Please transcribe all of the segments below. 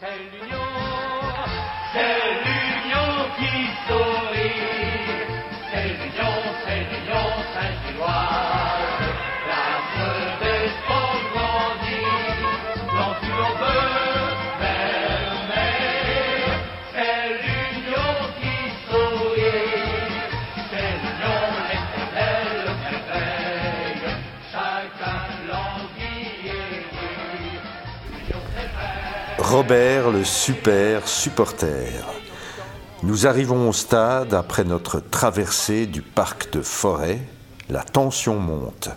C'est l'union, c'est l'union qui sourit. C'est l'union, c'est l'union Saint-Gilloise. L'arbre d'espoir grandit, dans une aube fermée. C'est l'union qui sourit. C'est l'union, l'éternelle merveille. Chacun languit et rit. Robert le super supporter. Nous arrivons au stade après notre traversée du parc de forêt. La tension monte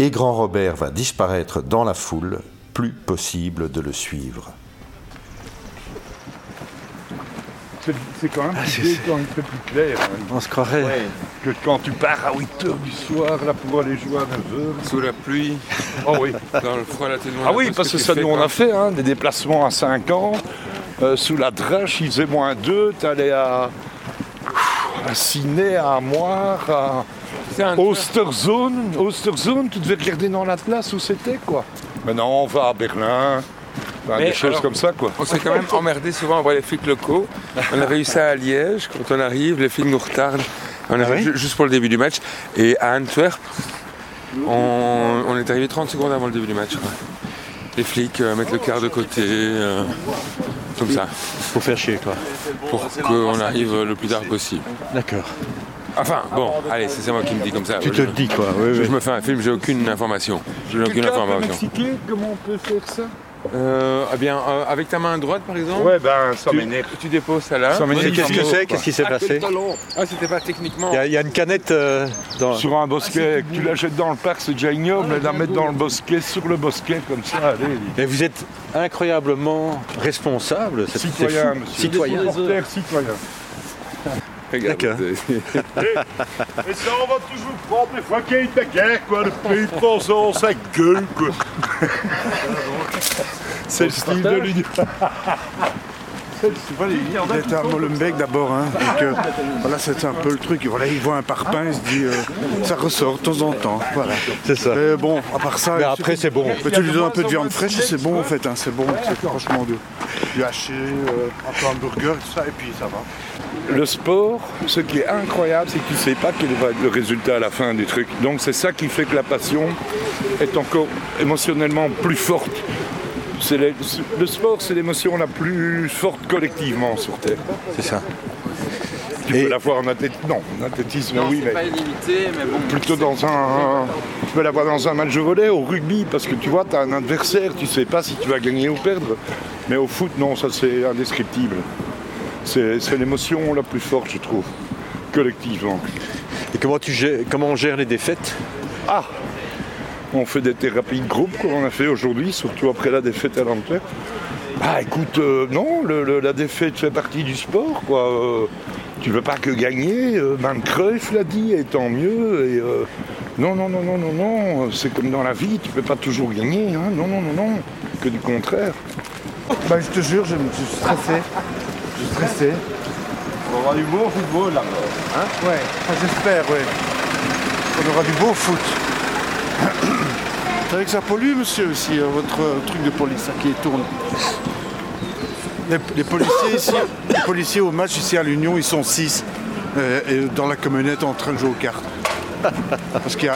et grand Robert va disparaître dans la foule, plus possible de le suivre. C'est Ah, c'est quand même plus c'est- gai quand il fait plus clair hein, On se croirait que quand tu pars à 8h du soir là, pour aller jouer à 9h. Sous la pluie, Ah oui, dans le froid, la tête noire. ah oui parce que ça nous on a fait hein, des déplacements à 5 ans. euh, sous la drache, il faisait moins 2, t'allais à, à Ciné, à Moire, à Osterzone. Osterzone, tu devais regarder dans l'Atlas où c'était quoi. Maintenant on va à Berlin, enfin, Mais des choses alors- comme ça quoi. On s'est quand même emmerdé souvent à voir les flics locaux. On avait eu ça à Liège, quand on arrive, les flics nous retardent. Ah On arrive ju- juste pour le début du match. Et à Antwerp, on, on est arrivé 30 secondes avant le début du match. quoi. Les flics euh, mettent le quart de côté, euh, comme ça, pour faire chier, quoi. pour qu'on arrive euh, le plus tard possible. D'accord. Enfin, bon, allez, c'est c'est moi qui me dis comme ça. Tu te Je- le dis, quoi. Oui, je, oui. je me fais un film, j'ai aucune information. Je n'ai aucune Quelqu'un peut information. m'expliquer comment on peut faire ça Euh, eh bien, euh, avec ta main droite, par exemple, Ouais, ben ça tu, m'énerve. tu déposes ça là. Ça m'énerve. Et Qu'est-ce que Chambaud, c'est Qu'est-ce qui s'est passé Ah, c'était pas techniquement. Il y, a- il y a une canette euh, dans. Sur un bosquet, que tu la jettes dans le parc, c'est déjà ignoble, mais la mettre dans le bosquet, sur le bosquet, comme ça, allez. Et vous êtes incroyablement responsable. c'est- c'est Citoyen, fou. monsieur. Citoyen. Reporter, citoyen. Regarde, D'accord. c'est- Et ça, on va toujours prendre des fois qu'il y a une bagarre, quoi. Le pays pensant sa gueule, quoi. C'est le style de l'Union. Il était à Molenbeek d'abord, hein, donc euh, voilà, c'est un peu le truc. Et Voilà, il voit un parpaing, il se dit, euh, ça ressort de temps en temps. Voilà. C'est ça. Mais bon, à part ça, Mais il après, c'est bon. Mais tu lui donnes un peu de viande fraîche et c'est bon en fait, hein, c'est bon, c'est franchement du, du haché, euh, un peu hamburger, tout ça, et puis ça va. Le sport, ce qui est incroyable, c'est que tu ne sais pas quel va être le résultat à la fin du truc. Donc c'est ça qui fait que la passion est encore émotionnellement plus forte. C'est le, le sport, c'est l'émotion la plus forte collectivement sur Terre. C'est ça. Tu Et- peux l'avoir en athlétisme, non, en athlétisme, oui, mais illimité, mais bon. plutôt dans un. Tu peux l'avoir dans un match de volley, au rugby, parce que tu vois, tu as un adversaire, tu sais pas si tu vas gagner ou perdre. Mais au foot, non, ça c'est indescriptible. C'est c'est l'émotion la plus forte, je trouve, collectivement. Et comment, tu gères- comment on gère les défaites Ah On fait des thérapies de groupe comme on a fait aujourd'hui, surtout après la défaite à l'Antwerp. Bah écoute, euh, non, le- le- la défaite fait partie du sport, quoi. Euh, tu veux pas que gagner, euh, Van Cruyff l'a dit, et tant mieux. Et, euh, non, non, non, non, non, non, euh, c'est comme dans la vie, tu peux pas toujours gagner, hein. non, non, non, non, que du contraire. Bah, je te jure, je, me- je suis stressé. Je suis stressé. On aura du beau football, là. Hein Ouais, enfin, j'espère, ouais. On aura du beau foot. Vous savez que ça pollue, monsieur, aussi, euh, votre euh, truc de police là, qui tourne. Les, les policiers ici, les policiers au match ici à l'Union, ils sont 6 dans la camionnette en train de jouer aux cartes. Ah, Parce qu'ils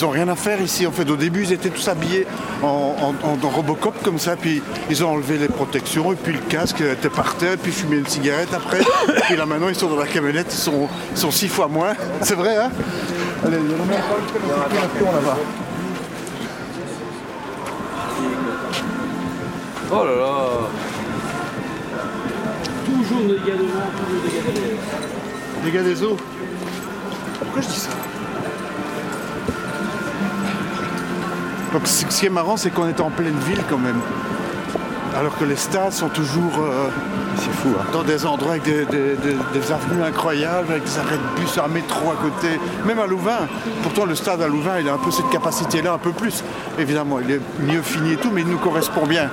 n'ont rien à faire ici. En fait, au début, ils étaient tous habillés en, en- en- en Robocop comme ça, puis ils ont enlevé les protections, et puis le casque était par terre, puis fumaient une cigarette après. puis là, maintenant, ils sont dans la camionnette, ils sont, ils sont six fois moins. C'est vrai, hein Allez, il y en a même pas une circulation, là-bas. Oh là là Les gars des eaux. Pourquoi je dis ça Donc ce ce qui est marrant, c'est qu'on est en pleine ville quand même. Alors que les stades sont toujours euh, C'est fou, hein. dans des endroits avec des, des- des- des avenues incroyables, avec des arrêts de bus, un métro à côté, même à Louvain. Pourtant le stade à Louvain, il a un peu cette capacité-là, un peu plus. Évidemment, il est mieux fini et tout, mais il nous correspond bien,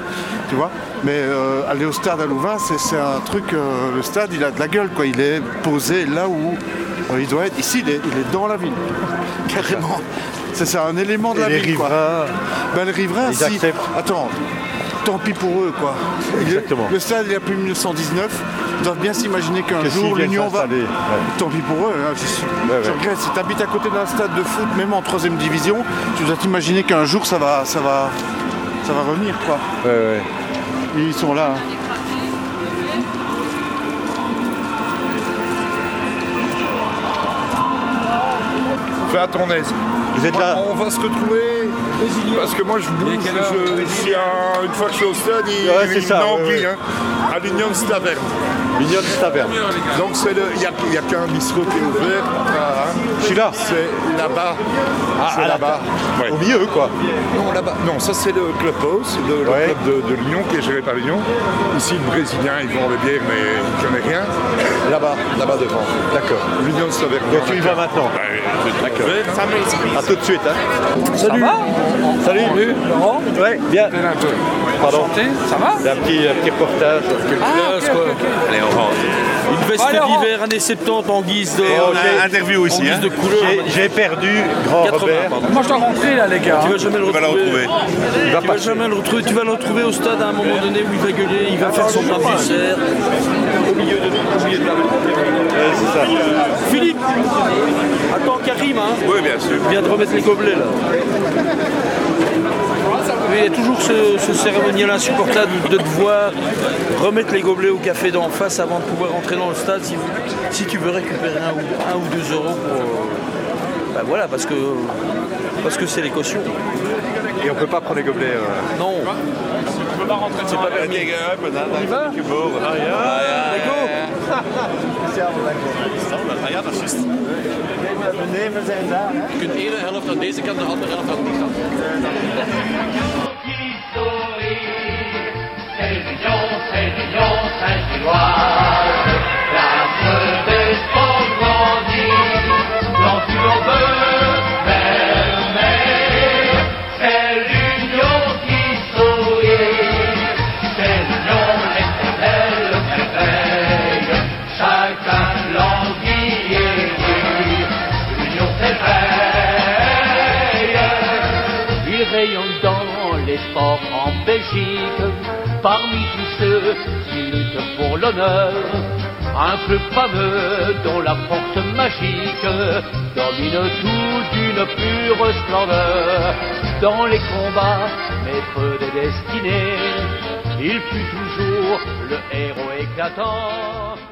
tu vois. Mais euh, aller au stade à Louvain, c'est c'est un truc, euh, le stade, il a de la gueule, quoi. Il est posé là où euh, il doit être. Ici, il est, il est dans la ville, carrément. C'est ça, un élément de Et la les ville, quoi. riverains. Ben, le riverain, Ils si. acceptent. Attends, tant pis pour eux, quoi. Et le- Exactement. Le, stade est depuis 1919. Ils doivent bien s'imaginer qu'un Qu'est-ce jour qu'ils viennent l'Union va. s'installer, ouais. Tant pis pour eux. hein, je, suis- je regrette. Si t'habites à côté d'un stade de foot, même en troisième division, tu dois t'imaginer qu'un jour ça va, ça va, ça va revenir, quoi. Ouais, ouais. Et ils sont là. hein. Fais à ton aise. Vous êtes là On va se retrouver. Parce que moi je bouge, quelle heure je, je suis à- une fois que je suis au stade, il, Ouais, il c'est ça, m'a ouais, empli, ouais. hein, à l'Union de Taverne. Mignonne Taverne. Donc c'est le, il n'y a, il y a qu'un bistrot qui est ouvert. ah, hein. Je suis là. C'est là-bas. Ah, c'est à la là-bas. Ouais. Au milieu, quoi. Non, là-bas. Non, ça c'est le Club House, le, le Ouais. club de, de Lyon qui est géré par Lyon. Ici, le Brésilien, il vend les bières, mais il ne connaît rien. Là-bas, là-bas devant. D'accord. L'Union de Taverne. Donc tu y vas maintenant. Ah D'accord. À tout de suite. Hein. Salut. Salut. Laurent Ouais, bien. Pardon. Ça va Un petit, un petit reportage. Une veste d'hiver années 70 en guise de. Et on a interview hein. ici. En guise de couleur. J'ai- J'ai perdu grand 80, Robert. pardon. Moi je dois rentrer là les gars. Hein Tu vas jamais le retrouver. Tu vas jamais le retrouver. Tu vas le retrouver au stade à un moment donné où il va gueuler, il va faire son adversaire. Ouais, c'est ça. Philippe Attends Karim hein Oui bien sûr. Viens de remettre les gobelets là. Mais il y a toujours ce, ce cérémoniel insupportable de devoir remettre les gobelets au café d'en face avant de pouvoir entrer dans le stade si, vous- si tu veux récupérer un ou, un ou deux euros pour. euh, bah voilà, parce que parce que c'est les cautions. Et on peut pas prendre les gobelets. euh. Non. C'est pas permis. On y va Let's go. qui sourit. C'est l'union, c'est l'union Saint-Gilloise. L'arbre d'espoir grandit dans une aube vermeille. C'est l'union qui sourit. C'est l'union, l'éternelle merveille. Chacun languit et rit. L'union s'éveille. Il rayonne dans les sports en Belgique, parmi tous ceux qui luttent pour l'honneur. Un club fameux dont la force magique domine tout d'une pure splendeur. Dans les combats, maître des destinées, il fut toujours le héros éclatant.